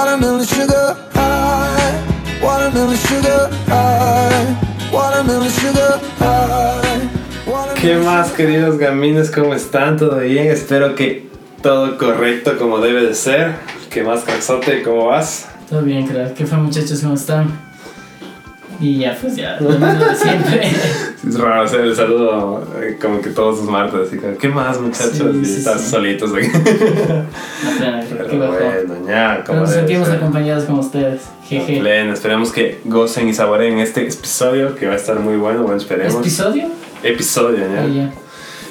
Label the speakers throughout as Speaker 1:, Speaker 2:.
Speaker 1: Watermelon sugar high. Watermelon sugar high. Watermelon sugar high. Watermelon
Speaker 2: ¿Qué más, queridos gamines? ¿Cómo están? ¿Todo bien? Espero que todo correcto como debe de ser. ¿Qué más, Caxote? ¿Cómo vas?
Speaker 3: Todo bien, crack. ¿Qué fue, muchachos? ¿Cómo están? Y ya, pues ya, lo mismo de siempre.
Speaker 2: Es raro hacer el saludo eh, como que todos los martes. Así que, ¿qué más, muchachos?
Speaker 3: Sí,
Speaker 2: y
Speaker 3: sí,
Speaker 2: están
Speaker 3: sí.
Speaker 2: solitos aquí.
Speaker 3: La plena, crack. Qué
Speaker 2: Pero
Speaker 3: bajo.
Speaker 2: bueno, ya,
Speaker 3: Pero
Speaker 2: como
Speaker 3: nos
Speaker 2: debe
Speaker 3: sentimos
Speaker 2: ser.
Speaker 3: acompañados con ustedes.
Speaker 2: En
Speaker 3: Jeje.
Speaker 2: pleno. Esperemos que gocen y saboreen este episodio que va a estar muy bueno. Bueno, esperemos.
Speaker 3: ¿Episodio?
Speaker 2: Episodio, ya.
Speaker 3: Ahí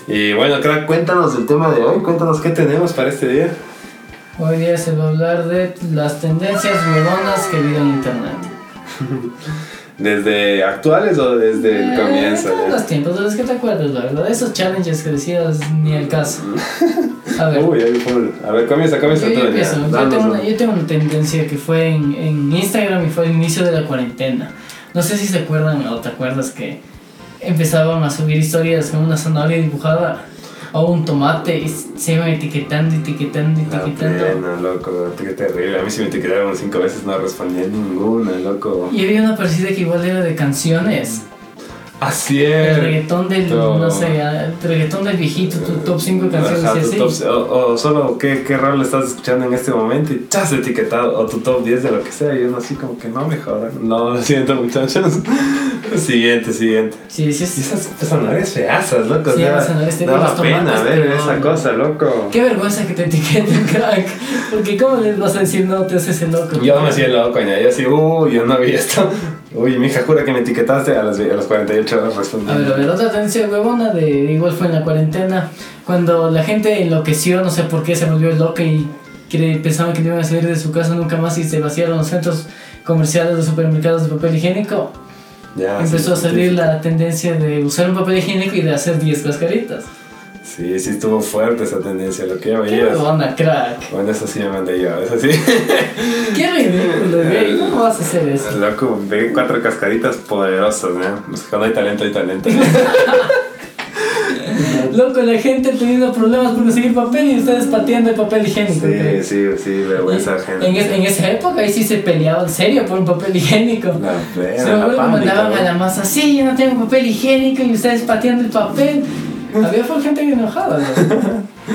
Speaker 3: ya.
Speaker 2: Y bueno, crack, cuéntanos el tema de hoy. Cuéntanos qué tenemos para este día.
Speaker 3: Hoy día se va a hablar de las tendencias huevonas que ha habido en internet.
Speaker 2: ¿Desde actuales o desde el
Speaker 3: Eh,
Speaker 2: comienzo?
Speaker 3: todos
Speaker 2: ya?
Speaker 3: los tiempos, de los que te acuerdas, la verdad. Esos challenges que decías, ni el caso. A ver.
Speaker 2: Uy, ahí full. A ver, comienza, comienza
Speaker 3: Yo,
Speaker 2: tú.
Speaker 3: yo
Speaker 2: ya.
Speaker 3: empiezo. Yo tengo,
Speaker 2: Dánoslo.
Speaker 3: una, yo tengo una tendencia que fue en, en Instagram y fue el inicio de la cuarentena. No sé si se acuerdan o te acuerdas que empezaban a subir historias con una zanahoria dibujada o un tomate y se iban etiquetando, etiquetando,
Speaker 2: La
Speaker 3: etiquetando.
Speaker 2: plena, loco, qué terrible. A mí sí me etiquetaron cinco veces, no respondí a ninguna, loco.
Speaker 3: Y había una parecida que igual era de canciones.
Speaker 2: Así
Speaker 3: El
Speaker 2: es.
Speaker 3: reggaetón del,
Speaker 2: no.
Speaker 3: no sé, ah, el reggaetón del viejito, tu top 5 canciones
Speaker 2: Ajá,
Speaker 3: y
Speaker 2: tu
Speaker 3: así.
Speaker 2: top- o, o solo qué, qué rol estás escuchando en este momento y chas etiquetado, o tu top 10 de lo que sea. Y uno así como que no me jodan. No, lo siento, muchachos. siguiente, siguiente.
Speaker 3: Sí, sí,
Speaker 2: Y
Speaker 3: sí.
Speaker 2: esas zanahorias feazas, loco.
Speaker 3: Sí,
Speaker 2: o sea,
Speaker 3: las zanahorias te
Speaker 2: daba
Speaker 3: los tomates,
Speaker 2: pena
Speaker 3: te
Speaker 2: ver
Speaker 3: daban,
Speaker 2: esa
Speaker 3: ¿no?
Speaker 2: cosa, loco.
Speaker 3: Qué vergüenza que te etiqueten, crack. Porque cómo les vas a decir no, te haces el loco.
Speaker 2: Yo me hacía el loco, ña. Yo así, uy, yo no vi esto. Uy, mija, jura que me etiquetaste a las, a las 48 horas
Speaker 3: A ver, a ver,
Speaker 2: respondiendo.
Speaker 3: otra tendencia huevona de igual fue en la cuarentena, cuando la gente enloqueció, no sé por qué se volvió loca y cre- pensaban que no iban a salir de su casa nunca más y se vaciaron los centros comerciales de supermercados de papel higiénico.
Speaker 2: Ya,
Speaker 3: Empezó a
Speaker 2: Ah, sí, sí,
Speaker 3: salir
Speaker 2: sí.
Speaker 3: la tendencia de usar un papel higiénico y de hacer 10 cascaritas.
Speaker 2: Sí, sí, estuvo fuerte esa tendencia, lo que ya
Speaker 3: ¡Qué
Speaker 2: veías.
Speaker 3: huevona, crack!
Speaker 2: Bueno, eso sí me mandé yo, eso sí.
Speaker 3: ¡Qué ridículo, güey! ¿Cómo vas a hacer eso?
Speaker 2: Loco, ve cuatro cascaditas poderosas, ¿no? Cuando hay talento, hay talento.
Speaker 3: Loco, la gente teniendo problemas por conseguir papel y ustedes pateando el papel higiénico.
Speaker 2: Sí,
Speaker 3: crack.
Speaker 2: sí, sí, vergüenza ajena.
Speaker 3: En, es- en e- esa época ahí sí se peleaba en serio por un papel higiénico.
Speaker 2: La plena,
Speaker 3: Se
Speaker 2: la
Speaker 3: lo
Speaker 2: pánica,
Speaker 3: mandaban
Speaker 2: ¿no?
Speaker 3: a la masa, sí, yo no tengo papel higiénico y ustedes pateando el papel. Había fue gente enojada. ¿no?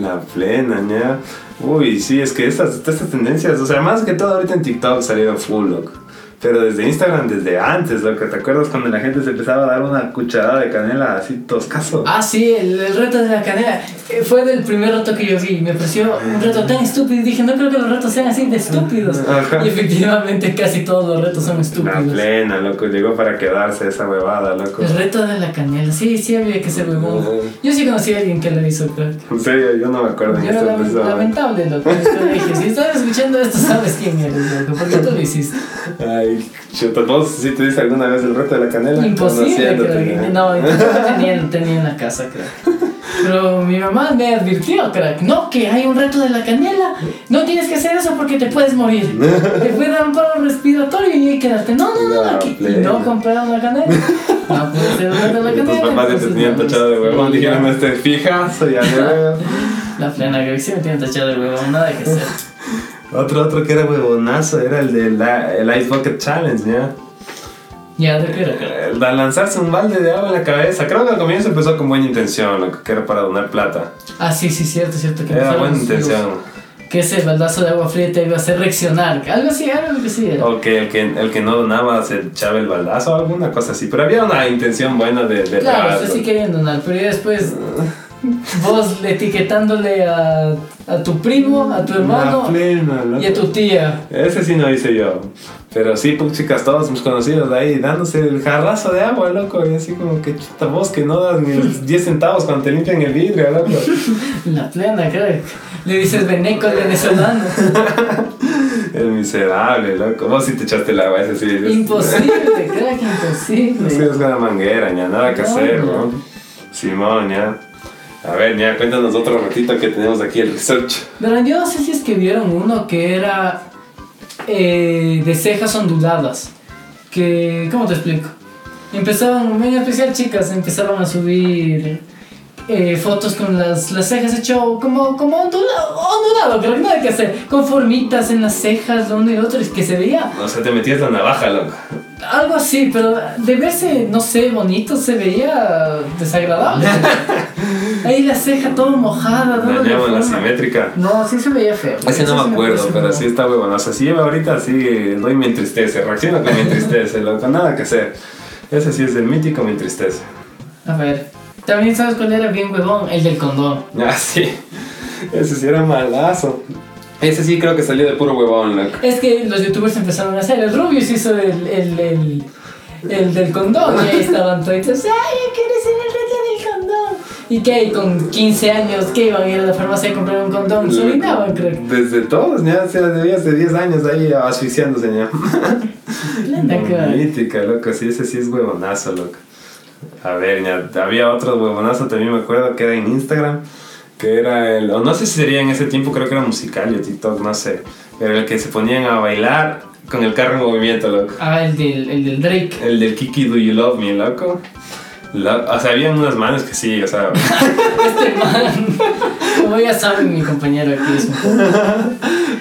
Speaker 2: La plena, ¿ya? Uy, sí, es que estas, estas tendencias, o sea, más que todo ahorita en TikTok salieron full, loco. Pero desde Instagram, desde antes, loco, ¿te acuerdas cuando la gente se empezaba a dar una cucharada de canela así toscazo?
Speaker 3: ah, sí, el, el reto de la canela. eh, Fue del primer reto que yo vi. Me pareció un reto tan estúpido. y Dije, no creo que los retos sean así de estúpidos.
Speaker 2: Ajá.
Speaker 3: Y efectivamente casi todos los retos son
Speaker 2: la
Speaker 3: estúpidos.
Speaker 2: plena, loco, llegó para quedarse esa huevada, loco.
Speaker 3: El reto de la canela. Sí, sí, había que ser huevón. Yo sí conocí a alguien que lo hizo, creo.
Speaker 2: En serio, yo no me acuerdo en
Speaker 3: Era
Speaker 2: este
Speaker 3: la- lamentable lo que te dije. Si estás escuchando esto, sabes quién eres, loco. ¿Por qué tú lo hiciste?
Speaker 2: Ay, chuta, ¿vos sí te diste alguna vez el reto de la canela?
Speaker 3: Imposible,
Speaker 2: Conociéndote,
Speaker 3: creo.
Speaker 2: ¿eh?
Speaker 3: No, yo lo tenía, lo tenía en la casa, crack. Pero mi mamá me advirtió, crack. No, que hay un reto de la canela. No tienes que hacer eso porque te puedes morir. Te puede dar un paro respiratorio y ahí quedarte. No, no, no,
Speaker 2: No,
Speaker 3: aquí. Y
Speaker 2: plena.
Speaker 3: no compraron la canela. No puede ser el reto de la
Speaker 2: Y Tus
Speaker 3: canela.
Speaker 2: papás ya te
Speaker 3: entonces
Speaker 2: tenían
Speaker 3: no,
Speaker 2: tachado de huevón,
Speaker 3: sí,
Speaker 2: dijeron,
Speaker 3: ya.
Speaker 2: este fijazo, ya de huevón.
Speaker 3: La plena, crack. Sí me tienen tachado de huevón, nada que hacer.
Speaker 2: Otro, otro que era huevonazo era el del el Ice Bucket Challenge, ¿ya?
Speaker 3: Ya, de qué era, crack.
Speaker 2: El de lanzarse un balde de agua en la cabeza. Creo que al comienzo empezó con buena intención, lo que era para donar plata.
Speaker 3: Ah, sí, sí, cierto, cierto. Que
Speaker 2: Era
Speaker 3: empezaron
Speaker 2: buena
Speaker 3: los vivos.
Speaker 2: intención.
Speaker 3: Que ese baldazo de agua fría te iba a hacer reaccionar. Algo así, algo que sí era.
Speaker 2: O que el que, el que no donaba se echaba el baldazo o alguna cosa así. Pero había una intención buena de... de
Speaker 3: Claro,
Speaker 2: de-
Speaker 3: ustedes sí querían donar, pero ya después vos le etiquetándole a, a tu primo, a tu
Speaker 2: La
Speaker 3: hermano
Speaker 2: plena, loco.
Speaker 3: y a tu tía.
Speaker 2: Ese sí no hice yo. Pero sí, pues, chicas, todos mis conocidos de ahí dándose el jarrazo de agua, loco. Y así como que chuta vos que no das ni los 10 centavos cuando te limpian el vidrio, loco.
Speaker 3: La plena, crack. Le dices veneco al venezolano.
Speaker 2: El miserable, loco. Vos sí te echaste el agua, ese sí. dices,
Speaker 3: imposible, crack, imposible.
Speaker 2: Es que es una manguera, ña, nada que
Speaker 3: No,
Speaker 2: hacer,
Speaker 3: ña.
Speaker 2: ¿no? Simón, ya. A ver, ya, cuéntanos otro ratito que tenemos aquí el research.
Speaker 3: Verán, yo no sé si es que vieron uno que era eh, de cejas onduladas. Que, ¿cómo te explico? Empezaban, en especial chicas, empezaban a subir eh, fotos con las, las cejas hecho como, como ondulado, ondulado, creo que no hay que hacer, con formitas en las cejas de uno y otro, es que se veía
Speaker 2: O sea, te metías la navaja, loco.
Speaker 3: algo así, pero de verse, no sé, bonito, se veía desagradable. Ahí la ceja toda mojada, dándole
Speaker 2: Dañaban la
Speaker 3: forma.
Speaker 2: simétrica.
Speaker 3: No, sí se veía feo.
Speaker 2: Ese
Speaker 3: Sí
Speaker 2: no
Speaker 3: se
Speaker 2: me acuerdo,
Speaker 3: parece
Speaker 2: pero
Speaker 3: feo.
Speaker 2: sí está huevón. O sea, si lleva ahorita, sí doy me entristece. Reacciono con me entristece, loco. Nada que hacer. Ese sí es el mítico me entristece.
Speaker 3: A ver, también sabes cuál era bien huevón, el del condón.
Speaker 2: Ah, sí. Ese sí era malazo. Ese sí creo que salió de puro huevón, loco.
Speaker 3: Es que los youtubers empezaron a hacer, el Rubius hizo el, el, el, el del condón y ahí estaban todos, ay, yo quiero ser el rey del condón. Y que ahí con 15 años que iban a ir a la farmacia a comprar un condón, se orinaban, Pues creo.
Speaker 2: Desde todos, ya se las debías de 10 años ahí asfixiándose, ya.
Speaker 3: Planta que-
Speaker 2: Mítica, loco, sí, ese sí es huevonazo, loco. A ver, ña, había otro huevonazo también, me acuerdo, que era en Instagram, que era el, o no sé si sería en ese tiempo, creo que era musical o TikTok, no sé, pero el que se ponían a bailar con el carro en movimiento, loco.
Speaker 3: Ah, el del, el del Drake.
Speaker 2: El del Kiki Do You Love Me, loco. Lo- o sea, habían unas manos que sí, o sea,
Speaker 3: Este man. Como ya saben, mi compañero aquí es un poco-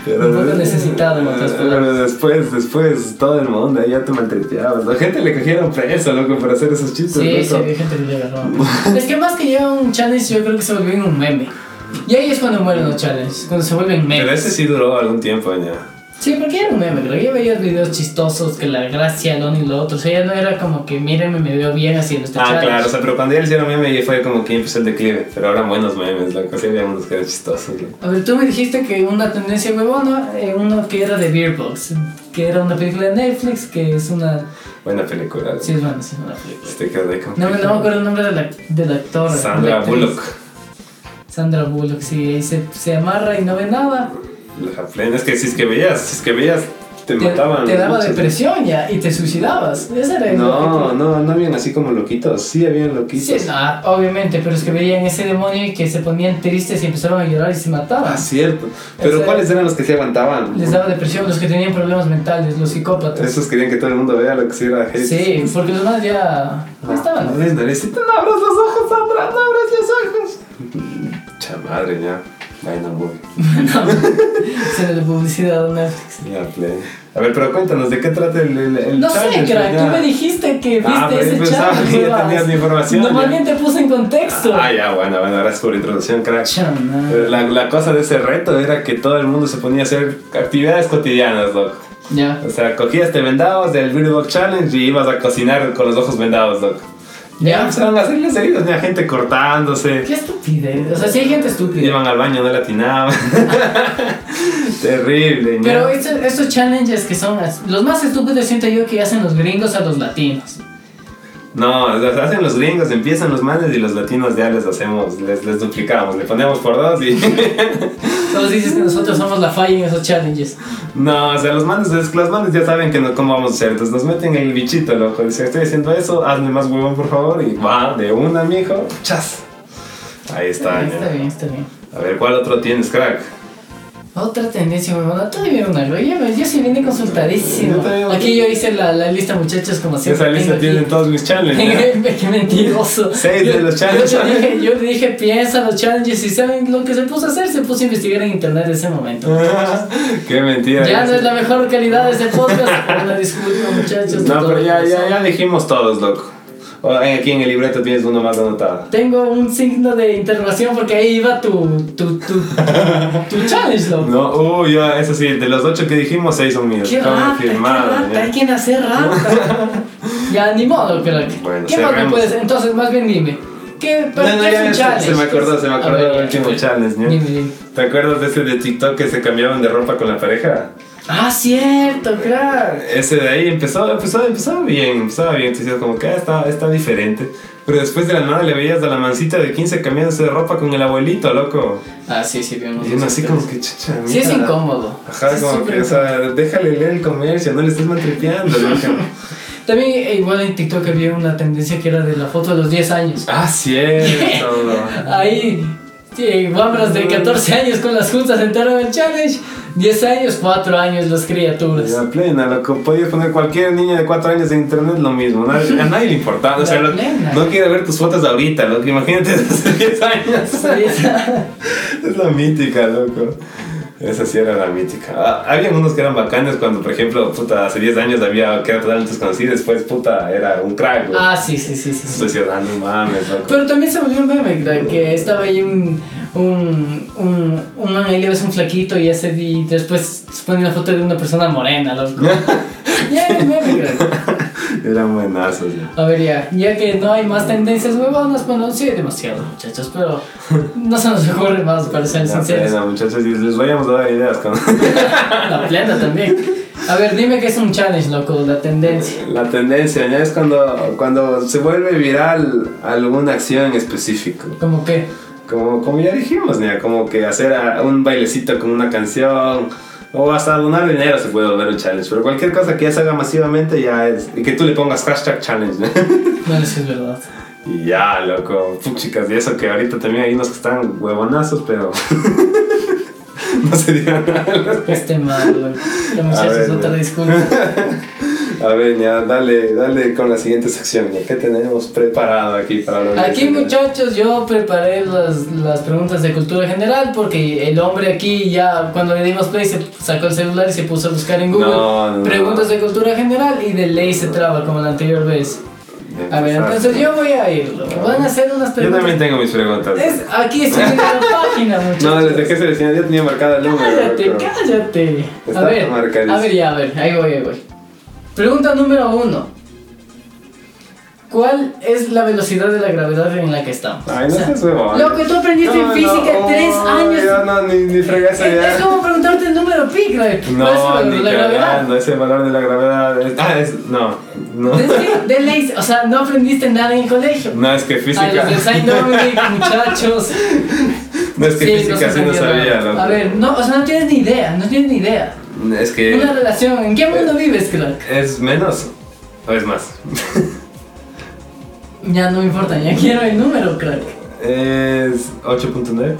Speaker 2: pero-
Speaker 3: Un poco necesitado, en otras
Speaker 2: Pero
Speaker 3: palabras.
Speaker 2: después, después, todo el mundo ahí ya te maltreteabas. La gente le cogieron preso, loco, por hacer esos chistes,
Speaker 3: Sí, sí,
Speaker 2: loco.
Speaker 3: había gente que le agarró. Es que más que ya un challenge, yo creo que se volvió en un meme. Y ahí es cuando mueren los challenges, cuando se vuelven memes.
Speaker 2: Pero ese sí duró algún tiempo, ya.
Speaker 3: Sí, porque era un meme, creo. Yo veía videos chistosos, que la gracia, lo uno y lo otro. O sea, ya no era como que mírenme, me veo bien haciendo este
Speaker 2: Ah,
Speaker 3: challenge.
Speaker 2: claro, o sea, pero cuando ya le hicieron meme ya fue como que empezó el declive. Pero ahora buenos memes, loco, sí había unos que eran chistosos, loco.
Speaker 3: A ver, tú me dijiste que una tendencia huevona, eh, uno que era de Beer Box, que era una película de Netflix, que es una...
Speaker 2: Buena película.
Speaker 3: Sí, es buena, sí, es una película.
Speaker 2: Este quedó de como
Speaker 3: No, me-
Speaker 2: que-
Speaker 3: no me acuerdo el nombre de la, del actor.
Speaker 2: Sandra
Speaker 3: la actriz.
Speaker 2: Bullock.
Speaker 3: Sandra Bullock, sí, ahí se, se amarra y no ve nada.
Speaker 2: La plena. Es que si es que veías, si es que veías, te,
Speaker 3: Te,
Speaker 2: mataban.
Speaker 3: te daba
Speaker 2: muchos.
Speaker 3: depresión ¿eh? ya y te suicidabas. Esa era el
Speaker 2: No,
Speaker 3: objetivo.
Speaker 2: no, no habían así como loquitos. Sí, habían
Speaker 3: Sí,
Speaker 2: loquitos.
Speaker 3: ah, obviamente, pero es que veían ese demonio y que se ponían tristes y empezaron a llorar y se mataban.
Speaker 2: Ah, cierto. Pero
Speaker 3: Ese-
Speaker 2: ¿cuáles eran los que se aguantaban?
Speaker 3: Les daba depresión los que tenían problemas mentales, los psicópatas.
Speaker 2: Esos querían que todo el mundo vea lo que sí era hate.
Speaker 3: Sí, porque los demás ya ya
Speaker 2: Ah, No,
Speaker 3: estaban.
Speaker 2: les narecita, no abras los ojos, Sandra, no abras los ojos. Cha madre, ya. Bueno, muy.
Speaker 3: Se les publicidad a Netflix.
Speaker 2: Ya, play. A ver, pero cuéntanos, ¿de qué trata el, el, el
Speaker 3: No sé,
Speaker 2: challenge,
Speaker 3: crack,
Speaker 2: ya?
Speaker 3: tú me dijiste que viste
Speaker 2: Ah, pero yo
Speaker 3: ese
Speaker 2: pensaba
Speaker 3: chat.
Speaker 2: que ya tenías mi información,
Speaker 3: No,
Speaker 2: ya.
Speaker 3: más bien te puse en contexto.
Speaker 2: Ah, ya, bueno, bueno, gracias por la introducción, crack.
Speaker 3: Chama.
Speaker 2: Pero La, la cosa de ese reto era que todo el mundo se ponía a hacer actividades cotidianas, loco.
Speaker 3: Ya.
Speaker 2: O sea, cogías, te vendabas del Beauty Box Challenge y ibas a cocinar con los ojos vendados, loco. Ya pues,
Speaker 3: Ya.
Speaker 2: empezaron a hacerles heridos, tenía gente cortándose,
Speaker 3: Qué estupidez. O sea, sí hay gente estúpida.
Speaker 2: iban al baño, no latinaban. Terrible, ña.
Speaker 3: Pero estos, estos challenges que son as- los más estúpidos siento yo que hacen los gringos a los latinos.
Speaker 2: No, los hacen los gringos, empiezan los manes y los latinos ya les hacemos, les, les duplicamos, le ponemos por dos y...
Speaker 3: Todos dices que nosotros somos la falla en esos challenges.
Speaker 2: No, o sea, los manes, es- los manes ya saben que no, cómo vamos a hacer, entonces nos meten el bichito, loco. Dice, estoy haciendo eso, hazme más huevón, por favor. Y va, de una, mijo, chas. Ahí está, ña.
Speaker 3: está bien, está bien.
Speaker 2: A ver, ¿cuál otro tienes, crack?
Speaker 3: Otra tendencia, huevona, todavía una yo, yo sí vine
Speaker 2: Yo
Speaker 3: consultadísimo.
Speaker 2: también-
Speaker 3: Aquí yo hice la, la lista, muchachos, como siempre.
Speaker 2: Esa lista
Speaker 3: tengo
Speaker 2: tiene
Speaker 3: aquí.
Speaker 2: todos mis challenges. ¿no?
Speaker 3: Qué mentiroso.
Speaker 2: Seis de
Speaker 3: Yo-
Speaker 2: los challenges.
Speaker 3: Yo le dije, yo le dije, piensa los challenges y saben lo que se puso a hacer, se puso a investigar en internet en ese momento.
Speaker 2: Qué mentira.
Speaker 3: Ya no
Speaker 2: esa.
Speaker 3: es la mejor calidad de este podcast. Una disculpa, muchachos. de
Speaker 2: No,
Speaker 3: todo
Speaker 2: pero ya, ya,
Speaker 3: corazón.
Speaker 2: ya dijimos todos, loco. O, eh, Aquí en el libreto tienes uno más anotado.
Speaker 3: Tengo un signo de interrogación porque ahí iba tu, tu, tu, tu challenge, loco.
Speaker 2: No, uy, ya, eso sí, de los ocho que dijimos, seis son míos.
Speaker 3: Qué
Speaker 2: Están
Speaker 3: rata, qué
Speaker 2: firmados,
Speaker 3: rata,
Speaker 2: ya.
Speaker 3: hay que nacer rata. ya, ni modo, pero
Speaker 2: Bueno,
Speaker 3: ¿qué más me
Speaker 2: cerremos.
Speaker 3: puedes? Entonces, más bien dime, ¿qué, pero
Speaker 2: No, no,
Speaker 3: qué es
Speaker 2: ya,
Speaker 3: un
Speaker 2: se-
Speaker 3: challenge?
Speaker 2: se me acordó, se me
Speaker 3: A
Speaker 2: acordó
Speaker 3: ver,
Speaker 2: el
Speaker 3: ya,
Speaker 2: último
Speaker 3: pues,
Speaker 2: challenge, ¿no?
Speaker 3: Dime, dime.
Speaker 2: ¿Te acuerdas de ese de TikTok que se cambiaban de ropa con la pareja?
Speaker 3: Ah, cierto, crack.
Speaker 2: Ese de ahí empezó, empezó, empezó bien, empezaba bien. Te decías como que ah, está, está diferente. Pero después de la nada le veías a la mancita de 15 cambiándose de ropa con el abuelito, loco.
Speaker 3: Ah, sí, sí, vimos.
Speaker 2: Y uno así
Speaker 3: nosotros.
Speaker 2: como que chucha.
Speaker 3: Sí, es
Speaker 2: mira.
Speaker 3: incómodo. Sí,
Speaker 2: Ajá,
Speaker 3: es
Speaker 2: como
Speaker 3: súper
Speaker 2: que, o sea, déjale leer el comercio, no le estés maltripeando, loco.
Speaker 3: incómodo. También, eh, igual en TikTok había una tendencia que era de la foto de los 10 años.
Speaker 2: Ah, cierto.
Speaker 3: Ahí, sí, guambras de 14 años con las justas entraron al challenge 10 años, 4 años las criaturas.
Speaker 2: La plena, loco. Podías poner cualquier niña de 4 años en internet lo mismo. Nadie- a nadie le importaba. O sea,
Speaker 3: La
Speaker 2: lo-
Speaker 3: plena.
Speaker 2: no quiere ver tus fotos ahorita, loco. Imagínate hace 10 años. Es la mítica, loco. Esa sí era la mítica. Ah, había unos que eran bacanes cuando, por ejemplo, puta, hace 10 años había que era totalmente desconocido. Después, puta, era un crack, güey.
Speaker 3: ah, sí, sí, sí, sí, sí.
Speaker 2: Estoy ciudadano, mames, loco.
Speaker 3: Pero también se volvió un meme, ¿verdad? que estaba ahí un. Un, un, un man, ahí le ves un flaquito y ese y después se pone una foto de una persona morena, loco. Ya era un meme, ¿verdad?
Speaker 2: Eran buenazos, güey.
Speaker 3: A ver, ya, ya que no hay más tendencias huevonas, bueno, sí hay demasiado, muchachos, pero no se nos ocurre más, para ser
Speaker 2: La
Speaker 3: sinceros.
Speaker 2: plena, muchachos, y les vayamos a dar ideas con
Speaker 3: La plena también. A ver, dime que es un challenge, loco, la tendencia.
Speaker 2: la tendencia, ya es cuando, cuando se vuelve viral alguna acción en específico.
Speaker 3: Como que,
Speaker 2: Como, como ya dijimos, ¿no? como que hacer a- un bailecito con una canción o hasta donar dinero se puede volver un challenge, pero cualquier cosa que ya se haga masivamente ya es, y que tú le pongas hashtag challenge, ¿no?
Speaker 3: no eso es verdad.
Speaker 2: Y ya, loco, Puch, chicas, y eso que ahorita también hay unos que están huevonazos, pero no se digan nada.
Speaker 3: Este mal, loco. Ya, muchachos,
Speaker 2: ver,
Speaker 3: otra
Speaker 2: ya.
Speaker 3: disculpa.
Speaker 2: A ver, ya, dale, dale con la siguiente sección. ya. ¿Qué tenemos preparado aquí para la
Speaker 3: Aquí
Speaker 2: audiencia?
Speaker 3: muchachos, yo preparé las, las preguntas de cultura general porque el hombre aquí ya cuando le dimos play se sacó el celular y se puso a buscar en Google
Speaker 2: No, no.
Speaker 3: preguntas de cultura general y de ley se traba como la anterior vez. A ver, entonces yo voy a irlo. Van a hacer unas
Speaker 2: Yo también
Speaker 3: preguntas.
Speaker 2: tengo mis preguntas.
Speaker 3: Es, aquí estoy en la página, muchachos.
Speaker 2: No, les dejé seleccionar, ya tenía marcado el número.
Speaker 3: Cállate,
Speaker 2: loco.
Speaker 3: cállate. A
Speaker 2: Está
Speaker 3: ver,
Speaker 2: marcadísimo.
Speaker 3: a ver, ya, a ver, ahí voy, ahí voy. Pregunta número uno. ¿Cuál es la velocidad de la gravedad en la que estamos?
Speaker 2: Ay, no seas huevón.
Speaker 3: Lo que tú aprendiste en física en tres años.
Speaker 2: Yo no, ni, ni fregué
Speaker 3: es,
Speaker 2: esa
Speaker 3: es
Speaker 2: idea.
Speaker 3: como preguntarte el número pi, güey. ¿Cuál es
Speaker 2: No,
Speaker 3: el
Speaker 2: ni
Speaker 3: número de la gravedad?
Speaker 2: cagando, ese valor de la gravedad. es- ah, es. No, no.
Speaker 3: Es que de ley, o sea, no aprendiste nada en el colegio.
Speaker 2: No, es que
Speaker 3: A los
Speaker 2: física.
Speaker 3: de Saint Dominic, muchachos.
Speaker 2: No, es que
Speaker 3: Sí,
Speaker 2: física
Speaker 3: se
Speaker 2: sí no
Speaker 3: aprendía
Speaker 2: sabía,
Speaker 3: nada.
Speaker 2: loco.
Speaker 3: A ver, no, o sea, no tienes ni idea, no tienes ni idea.
Speaker 2: Es que.
Speaker 3: Una relación, ¿en qué mundo vives, crack?
Speaker 2: ¿Es menos o es más?
Speaker 3: Ya no me importa, ya quiero el número, crack.
Speaker 2: Es 8.9.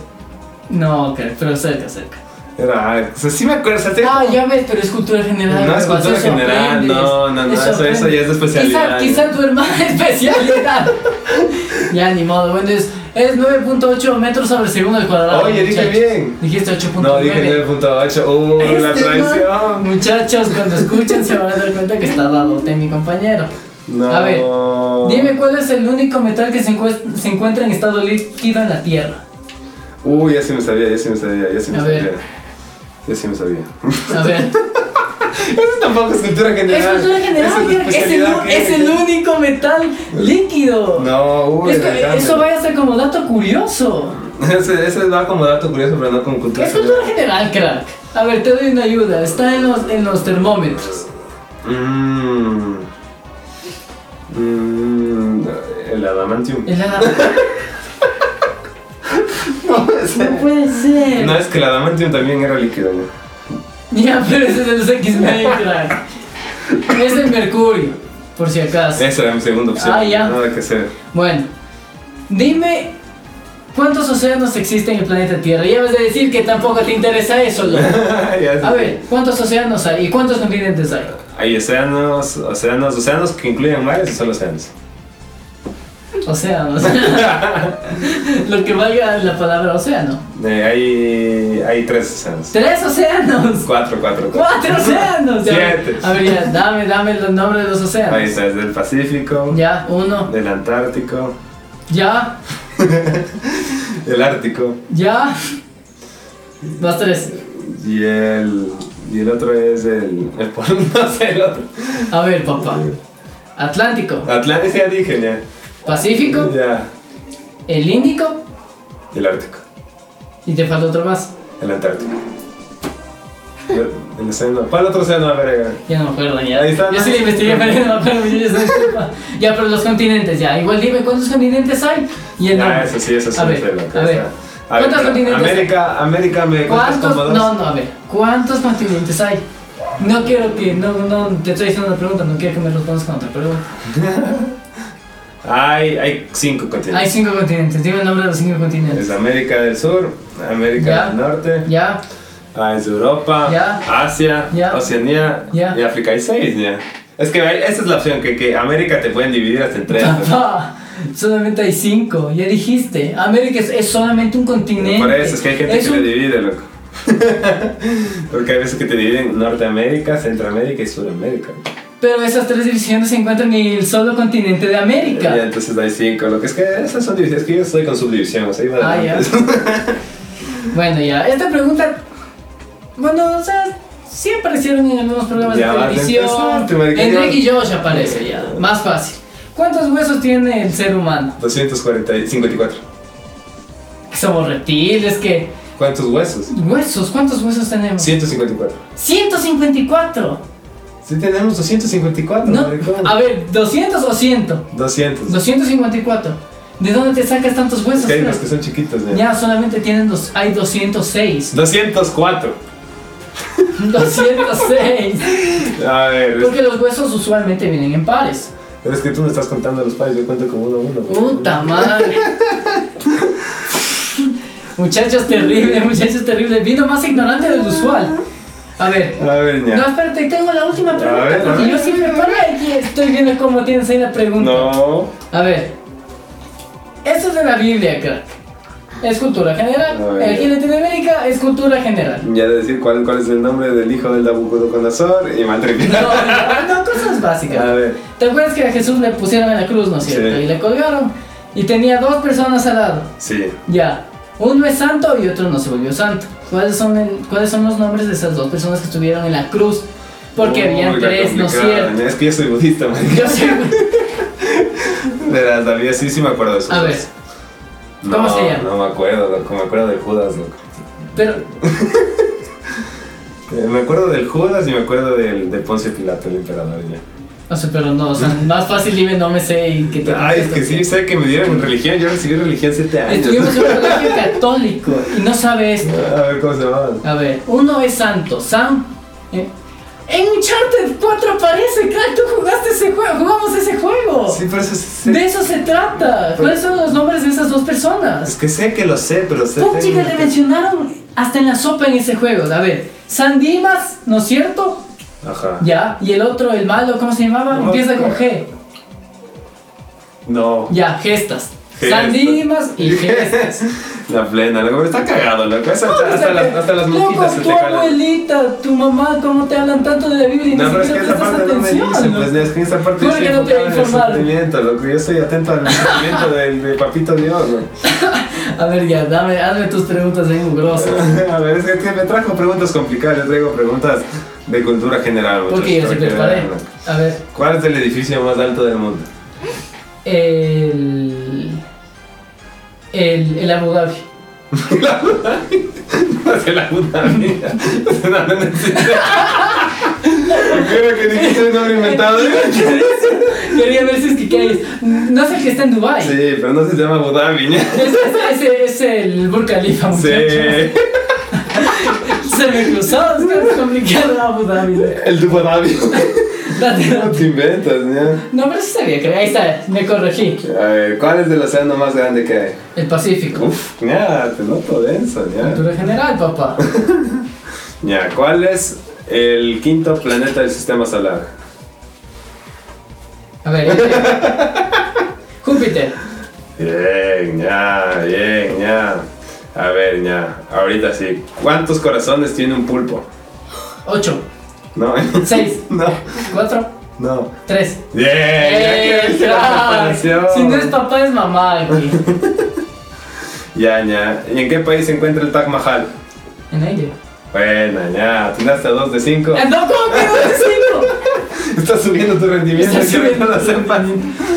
Speaker 3: No, crack, pero cerca, cerca.
Speaker 2: Era. ah, O sea, sí me acuerdo. o sea, te-
Speaker 3: Ah, ya ves, pero es cultura general.
Speaker 2: No es
Speaker 3: huevas,
Speaker 2: cultura
Speaker 3: eso
Speaker 2: general,
Speaker 3: aprendes,
Speaker 2: no, no, no, eso- eso ya es de especialidad.
Speaker 3: Quizá, quizá tu hermana especialidad. ya, ni modo, bueno, es, es 9.8 metros sobre segundo al cuadrado.
Speaker 2: Oye, dije
Speaker 3: muchachos.
Speaker 2: bien.
Speaker 3: Dijiste 8.9.
Speaker 2: No, dije 9.8. Uh, la
Speaker 3: Este man,
Speaker 2: traición.
Speaker 3: Muchachos, cuando escuchen se van a dar cuenta que está dándote mi compañero.
Speaker 2: No.
Speaker 3: A ver, Dime cuál es el único metal que se, encuest- se encuentra en estado líquido en la Tierra.
Speaker 2: Uy, Uh, ya sí me sabía, ya sí me sabía, ya sí me
Speaker 3: A
Speaker 2: sabía.
Speaker 3: ver.
Speaker 2: Ya sí me sabía.
Speaker 3: A ver.
Speaker 2: Eso tampoco es cultura
Speaker 3: Es
Speaker 2: general.
Speaker 3: cultura
Speaker 2: Eso
Speaker 3: general,
Speaker 2: es
Speaker 3: Jack. es, el,
Speaker 2: especialidad
Speaker 3: u-
Speaker 2: que-
Speaker 3: es el único metal líquido.
Speaker 2: No, uy,
Speaker 3: Esto-
Speaker 2: déjame.
Speaker 3: eso vaya a ser como dato curioso.
Speaker 2: Ese, ese va como dato curioso, pero no como cultura
Speaker 3: Es cultura general, crack. A ver, te doy una ayuda. Está en los, en los termómetros.
Speaker 2: Mmm. Mmm. El adamantium.
Speaker 3: El ala-
Speaker 2: No, ese-
Speaker 3: No puede ser.
Speaker 2: No, es que el adamantium también era líquido, güey.
Speaker 3: Ya, pero ese es de los X-Men, crack. Es el mercurio, por si acaso.
Speaker 2: Esa era mi segunda opción.
Speaker 3: Ah, ya.
Speaker 2: Nada que hacer.
Speaker 3: Bueno, dime cuántos océanos existen en el planeta Tierra. Ya vas a decir que tampoco te interesa eso, loco.
Speaker 2: Ya sé.
Speaker 3: A ver, ¿cuántos océanos hay y cuántos continentes hay?
Speaker 2: Hay océanos, océanos, océanos que incluyen mares o solo océanos.
Speaker 3: Océanos. Lo que valga la palabra océano.
Speaker 2: Eh, hay, hay tres océanos.
Speaker 3: Tres océanos.
Speaker 2: Cuatro, cuatro, cuatro.
Speaker 3: Cuatro océanos. Ya,
Speaker 2: Siete.
Speaker 3: A ver, ya, dame, dame los nombres de los
Speaker 2: Ahí
Speaker 3: océanos.
Speaker 2: está, es del Pacífico,
Speaker 3: Ya, uno.
Speaker 2: del Antártico,
Speaker 3: Ya,
Speaker 2: del Ártico
Speaker 3: ya. Dos, tres.
Speaker 2: y el, y el otro es el, el polo, no sé, el otro.
Speaker 3: A ver, papá. Atlántico,
Speaker 2: Atlántico ya dije, ya.
Speaker 3: Pacífico,
Speaker 2: Ya.
Speaker 3: el Índico
Speaker 2: Y el Ártico,
Speaker 3: y te falta otro más.
Speaker 2: el Antártico. El, el océano, ¿cuál otro océano? A ver, eh. a ver.
Speaker 3: Ya no me acuerdo, ya.
Speaker 2: Ahí está,
Speaker 3: yo
Speaker 2: ¿no?
Speaker 3: sí le investigué, pero ya no me acuerdo. yo ya soy culpa. ya, pero los continentes, ya. Igual dime cuántos continentes hay y el
Speaker 2: Ah,
Speaker 3: nombre.
Speaker 2: eso sí, eso sí.
Speaker 3: A
Speaker 2: me
Speaker 3: ver,
Speaker 2: sé lo que
Speaker 3: a
Speaker 2: es,
Speaker 3: ver.
Speaker 2: ya. A ver,
Speaker 3: ¿Cuántos
Speaker 2: pero
Speaker 3: continentes?
Speaker 2: América, América me cuentas
Speaker 3: ¿Cuántos?
Speaker 2: como dos.
Speaker 3: No, no, a ver. ¿Cuántos continentes hay? No quiero que. No, no, te estoy haciendo una pregunta, no quiero que me respondas con otra pregunta.
Speaker 2: Hay, hay cinco continentes.
Speaker 3: Hay cinco continentes, dime el nombre de los cinco continentes.
Speaker 2: Es América del Sur, América
Speaker 3: Ya.
Speaker 2: del Norte,
Speaker 3: Ya,
Speaker 2: Ah, es Europa,
Speaker 3: Ya.
Speaker 2: Asia,
Speaker 3: Ya.
Speaker 2: Oceanía
Speaker 3: Ya.
Speaker 2: y África. Hay seis, ya. Es que hay- esa es la opción, que, que América te pueden dividir hasta en tres.
Speaker 3: Papá, Ah, solamente hay cinco, ya dijiste. América es, es solamente un continente.
Speaker 2: Por eso es que hay gente
Speaker 3: Es
Speaker 2: que
Speaker 3: un-
Speaker 2: te divide, loco. Porque hay veces que te dividen Norteamérica, Centroamérica y Sudamérica.
Speaker 3: Pero esas tres divisiones se encuentran en el solo continente de América.
Speaker 2: Ya, entonces hay cinco. Lo que es que esas son divisiones. Es que yo estoy con subdivisión, o sea, iba
Speaker 3: Ah,
Speaker 2: adelante.
Speaker 3: Bueno, ya, esta pregunta. Bueno, o sea, siempre aparecieron en algunos programas
Speaker 2: Ya
Speaker 3: de
Speaker 2: vas a
Speaker 3: televisión.
Speaker 2: empezarte, marica,
Speaker 3: Enrique
Speaker 2: ya.
Speaker 3: y Josh aparece ya, más fácil. ¿Cuántos huesos tiene el ser humano?
Speaker 2: 240 y 54.
Speaker 3: Que somos reptiles, que.
Speaker 2: ¿Cuántos huesos?
Speaker 3: ¿Huesos? ¿Cuántos huesos tenemos?
Speaker 2: 154.
Speaker 3: 154.
Speaker 2: Sí tenemos 254,
Speaker 3: No,
Speaker 2: maricón.
Speaker 3: a ver, ¿200 o 100?
Speaker 2: 200.
Speaker 3: 254. ¿De dónde te sacas tantos
Speaker 2: Es
Speaker 3: huesos?
Speaker 2: que hay
Speaker 3: creo?
Speaker 2: unos que son chiquitos, ya.
Speaker 3: Ya solamente tienen dos, hay 206.
Speaker 2: 204.
Speaker 3: 206.
Speaker 2: A ver, es,
Speaker 3: Porque los huesos usualmente vienen en pares.
Speaker 2: pero es que tú me estás contando los pares, yo cuento como uno a uno.
Speaker 3: Puta madre. muchachos terrible, muchachos terrible. Vino más ignorante del usual. A ver.
Speaker 2: A ver,
Speaker 3: No,
Speaker 2: ya.
Speaker 3: espérate, tengo la última pregunta.
Speaker 2: A ver, a
Speaker 3: porque
Speaker 2: ver.
Speaker 3: yo siempre para aquí estoy viendo cómo tienes ahí la pregunta.
Speaker 2: No.
Speaker 3: A ver. Esto es de la Biblia, crack. Es cultura
Speaker 2: A
Speaker 3: general.
Speaker 2: ver.
Speaker 3: Aquí en Latinoamérica es cultura general.
Speaker 2: Ya de decir cuál, cuál es el nombre del hijo del Nabucodonosor y
Speaker 3: No,
Speaker 2: matrimonio.
Speaker 3: no, no, cosas básicas.
Speaker 2: A ver.
Speaker 3: ¿Te acuerdas que a Jesús le pusieron en la cruz, no es cierto?
Speaker 2: Sí.
Speaker 3: Y le colgaron. Y tenía dos personas al lado.
Speaker 2: Sí.
Speaker 3: Ya. Uno es santo y otro no se volvió santo. ¿Cuáles son, el- ¿cuáles son los nombres de esas dos personas que estuvieron en la cruz? Porque
Speaker 2: Uy,
Speaker 3: habían
Speaker 2: la
Speaker 3: tres, ¿no es
Speaker 2: complicada, ¿eh?
Speaker 3: cierto?
Speaker 2: Es que yo soy budista, man.
Speaker 3: Yo sé.
Speaker 2: Verás, David, sí, sí me acuerdo de eso.
Speaker 3: A ver, ¿cómo
Speaker 2: no,
Speaker 3: se llama?
Speaker 2: No me acuerdo, loco. Me acuerdo del Judas, loco.
Speaker 3: pero
Speaker 2: Eh, Me acuerdo del Judas y me acuerdo del, de Poncio Pilato, el emperador. Ya.
Speaker 3: No sé, pero no, o sea, más fácil dime, no me sé y que te...
Speaker 2: Ay, Ah, es que sí, sé que me dieron religión. Yo recibí religión siete años.
Speaker 3: Estuvimos en un colegio católico y no sabe esto.
Speaker 2: A ver cómo se llamaban.
Speaker 3: A ver, uno es santo, Sam... ¿eh? En Uncharted 4 aparece, crack, tú jugaste ese juego, jugamos ese juego.
Speaker 2: Sí, Pues, pero eso es.
Speaker 3: De eso se trata. ¿Cuáles son los nombres de esas dos
Speaker 2: Es
Speaker 3: personas?
Speaker 2: que sé que lo sé, pero sé.
Speaker 3: Pum, chica, le
Speaker 2: tengo-
Speaker 3: mencionaron hasta en la sopa en ese juego. A ver, San Dimas, ¿no es cierto?
Speaker 2: Ajá.
Speaker 3: Ya. Y el otro, el malo, ¿cómo se llamaba?
Speaker 2: No,
Speaker 3: Empieza con G.
Speaker 2: No.
Speaker 3: Ya, gestas.
Speaker 2: Gestas.
Speaker 3: San Dimas y gestas.
Speaker 2: La plena, loco, pero está cagado, loco. Esa-
Speaker 3: No,
Speaker 2: hasta,
Speaker 3: pues,
Speaker 2: hasta las, hasta las mosquitas se te
Speaker 3: loco, tu
Speaker 2: jalan.
Speaker 3: abuelita, tu mamá, ¿cómo te hablan tanto de la Biblia y
Speaker 2: No,
Speaker 3: no,
Speaker 2: pero es que
Speaker 3: siquiera
Speaker 2: esa
Speaker 3: prestas
Speaker 2: parte no me
Speaker 3: atención?
Speaker 2: dice,
Speaker 3: ¿no?
Speaker 2: pues ya es que en esa parte
Speaker 3: ¿Cómo
Speaker 2: estoy
Speaker 3: que no te
Speaker 2: enfocado en el
Speaker 3: informaron?
Speaker 2: sentimiento, loco. Yo estoy atento al sentimiento del de papito Dios, loco.
Speaker 3: A ver, ya, dame, hazme tus preguntas ahí mugrosas.
Speaker 2: A ver, es que te- me trajo preguntas complicadas, yo traigo preguntas de cultura general,
Speaker 3: Porque yo
Speaker 2: muchachos,
Speaker 3: sí
Speaker 2: para que
Speaker 3: preparé.
Speaker 2: vean, loco.
Speaker 3: A ver,
Speaker 2: ¿Cuál es el edificio más alto del mundo?
Speaker 3: el. El, el Abu Dhabi.
Speaker 2: Hace la puta mía. No, no necesito. Creo que dijiste un nombre inventado. ¿eh?
Speaker 3: Quería ver si es que quieres. No es el que está en Dubai.
Speaker 2: Sí, pero no se llama Abu Dhabi, ¿no?
Speaker 3: Es, es- es- es el Burj Khalifa, muchachos.
Speaker 2: Sí.
Speaker 3: Se me cruzó, es que es complicado Abu Dhabi.
Speaker 2: El Dubu Dhabi.
Speaker 3: Date,
Speaker 2: No
Speaker 3: date.
Speaker 2: te inventas, ¿no?
Speaker 3: No, pero sí sabía que ahí está, me corregí.
Speaker 2: A ver, ¿cuál es el océano más grande que hay?
Speaker 3: El Pacífico.
Speaker 2: Uf, ya, te noto denso, ya.
Speaker 3: Cultura general, papá.
Speaker 2: Ya, ¿cuál es el quinto planeta del sistema solar?
Speaker 3: A ver. este. Júpiter.
Speaker 2: Bien, ya, bien, ya. A ver, ya, ahorita sí. ¿Cuántos corazones tiene un pulpo?
Speaker 3: 8,
Speaker 2: No,
Speaker 3: 6,
Speaker 2: no,
Speaker 3: 4,
Speaker 2: no.
Speaker 3: 3.
Speaker 2: Bien, ya que viste la preparación.
Speaker 3: Si no es papá, es mamá aquí.
Speaker 2: Ya, ya. ¿Y en qué país se encuentra el Taj Mahal?
Speaker 3: En India.
Speaker 2: Buena, ya, atinaste a 2 de 5.
Speaker 3: Ah, No, ¿cómo que no es cinco?
Speaker 2: Estás subiendo tu rendimiento,
Speaker 3: Estás
Speaker 2: quiero que
Speaker 3: subiendo.
Speaker 2: lo sepan.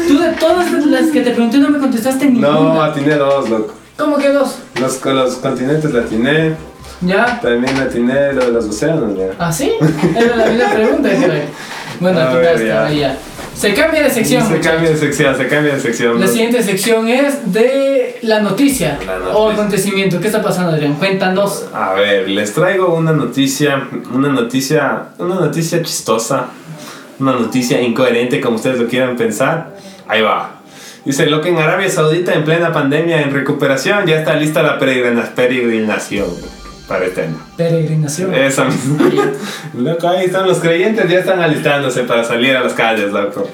Speaker 3: Tú de todas las que te pregunté no me contestaste ninguna.
Speaker 2: No, atiné 2, loco.
Speaker 3: ¿Cómo que dos?
Speaker 2: Los, con los continentes la atiné,
Speaker 3: ¿Ya?
Speaker 2: también la atiné lo de los océanos, ya.
Speaker 3: ¿Ah, sí? Era la misma pregunta, creo. Bueno,
Speaker 2: A
Speaker 3: tú
Speaker 2: ver,
Speaker 3: ya.
Speaker 2: ya.
Speaker 3: está, ya. Se cambia de sección.
Speaker 2: se
Speaker 3: muchachos.
Speaker 2: cambia de sección, se cambia de sección.
Speaker 3: La
Speaker 2: loco.
Speaker 3: siguiente sección es de la noticia,
Speaker 2: La noticia.
Speaker 3: o acontecimiento. ¿Qué está pasando, Adrián? Cuéntanos.
Speaker 2: A ver, les traigo una noticia, una noticia, una noticia chistosa, una noticia incoherente como ustedes lo quieran pensar. Ahí va. Dice, lo que en Arabia Saudita en plena pandemia en recuperación ya está lista la peregrina- peregrinación. para este año.
Speaker 3: Peregrinación.
Speaker 2: Esa misma. Loco, ahí están los creyentes, ya están alistándose para salir a las calles, loco.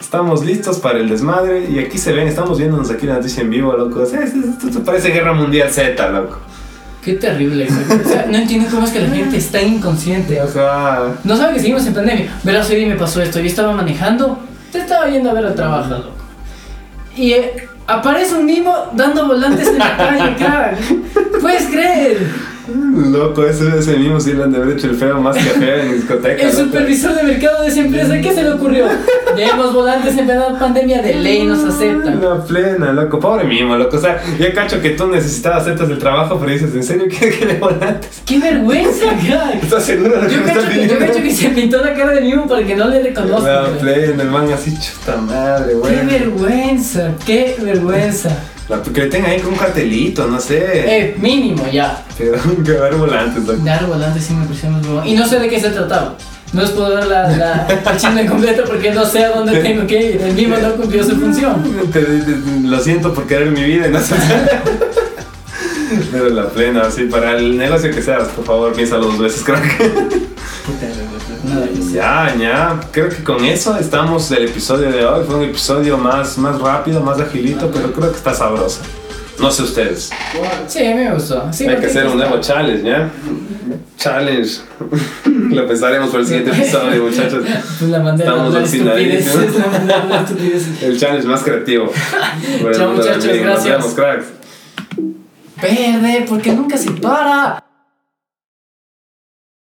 Speaker 2: Estamos listos para el desmadre y aquí se ven, estamos viéndonos aquí en la noticia en vivo, loco. Es- es- Esto te parece Guerra Mundial Z, loco.
Speaker 3: Qué terrible. exacto. O sea, no entiendo cómo es que la gente es tan inconsciente.
Speaker 2: Ajá.
Speaker 3: No sabe que seguimos en pandemia. Verás, hoy día me pasó esto. Yo estaba manejando, te estaba yendo a ver al trabajo, loco. Y eh, aparece un niño dando volantes en la calle, cara. ¿Puedes creer?
Speaker 2: Loco, ese es el mismo si le han de haber hecho el feo más que feo en discoteca.
Speaker 3: El
Speaker 2: loco.
Speaker 3: supervisor de mercado de esa empresa, ¿qué se le ocurrió? Demos volantes en plena pandemia, de ley nos aceptan.
Speaker 2: La plena, loco, pobre mimo, loco. O sea, ya cacho que tú necesitabas setas del trabajo, pero dices, ¿en serio quieres que le volantes?
Speaker 3: ¡Qué vergüenza, crack!
Speaker 2: ¿Estás seguro de lo que
Speaker 3: Yo
Speaker 2: me
Speaker 3: cacho
Speaker 2: estás
Speaker 3: que, yo
Speaker 2: pidiendo?
Speaker 3: cacho que se pintó la cara de mismo para que no le reconozcan.
Speaker 2: La
Speaker 3: crack.
Speaker 2: plena, el man así, chuta madre,
Speaker 3: ¡Qué
Speaker 2: güey.
Speaker 3: vergüenza! ¡Qué vergüenza!
Speaker 2: La- Que le tengan ahí con un cartelito, no sé.
Speaker 3: Eh, mínimo ya.
Speaker 2: Pero que dar volantes, loco.
Speaker 3: Dar volante sí me pareció muy bueno. Y no sé de qué se trataba. No os puedo dar la, la, el chisme completo porque no sé a dónde tengo que ir. El mismo no cumplió su función.
Speaker 2: Te- te- te- Lo siento por querer mi vida, y no sé. Pero la plena, así, para el negocio que seas, por favor, piénsalo dos veces, crack.
Speaker 3: Puta, nada, yo sé.
Speaker 2: Ya, ya, creo que con eso estamos del episodio de hoy. Fue un episodio más, más rápido, más agilito, pero creo que está sabroso. No sé ustedes.
Speaker 3: Sí, a mí me gustó. Sí,
Speaker 2: Hay que
Speaker 3: porque-
Speaker 2: hacer un nuevo challenge, ¿ya? Challenge. Lo pensaremos para el siguiente episodio, muchachos.
Speaker 3: Pues la mandé a
Speaker 2: Estamos
Speaker 3: hablar
Speaker 2: alucinadísimos.
Speaker 3: estupideces. La mandé a hablar estupideces.
Speaker 2: El challenge más creativo. Por el
Speaker 3: Chao,
Speaker 2: mundo del
Speaker 3: muchachos,
Speaker 2: gaming. Nos
Speaker 3: gracias.
Speaker 2: vemos, cracks.
Speaker 3: Verde, porque nunca se para.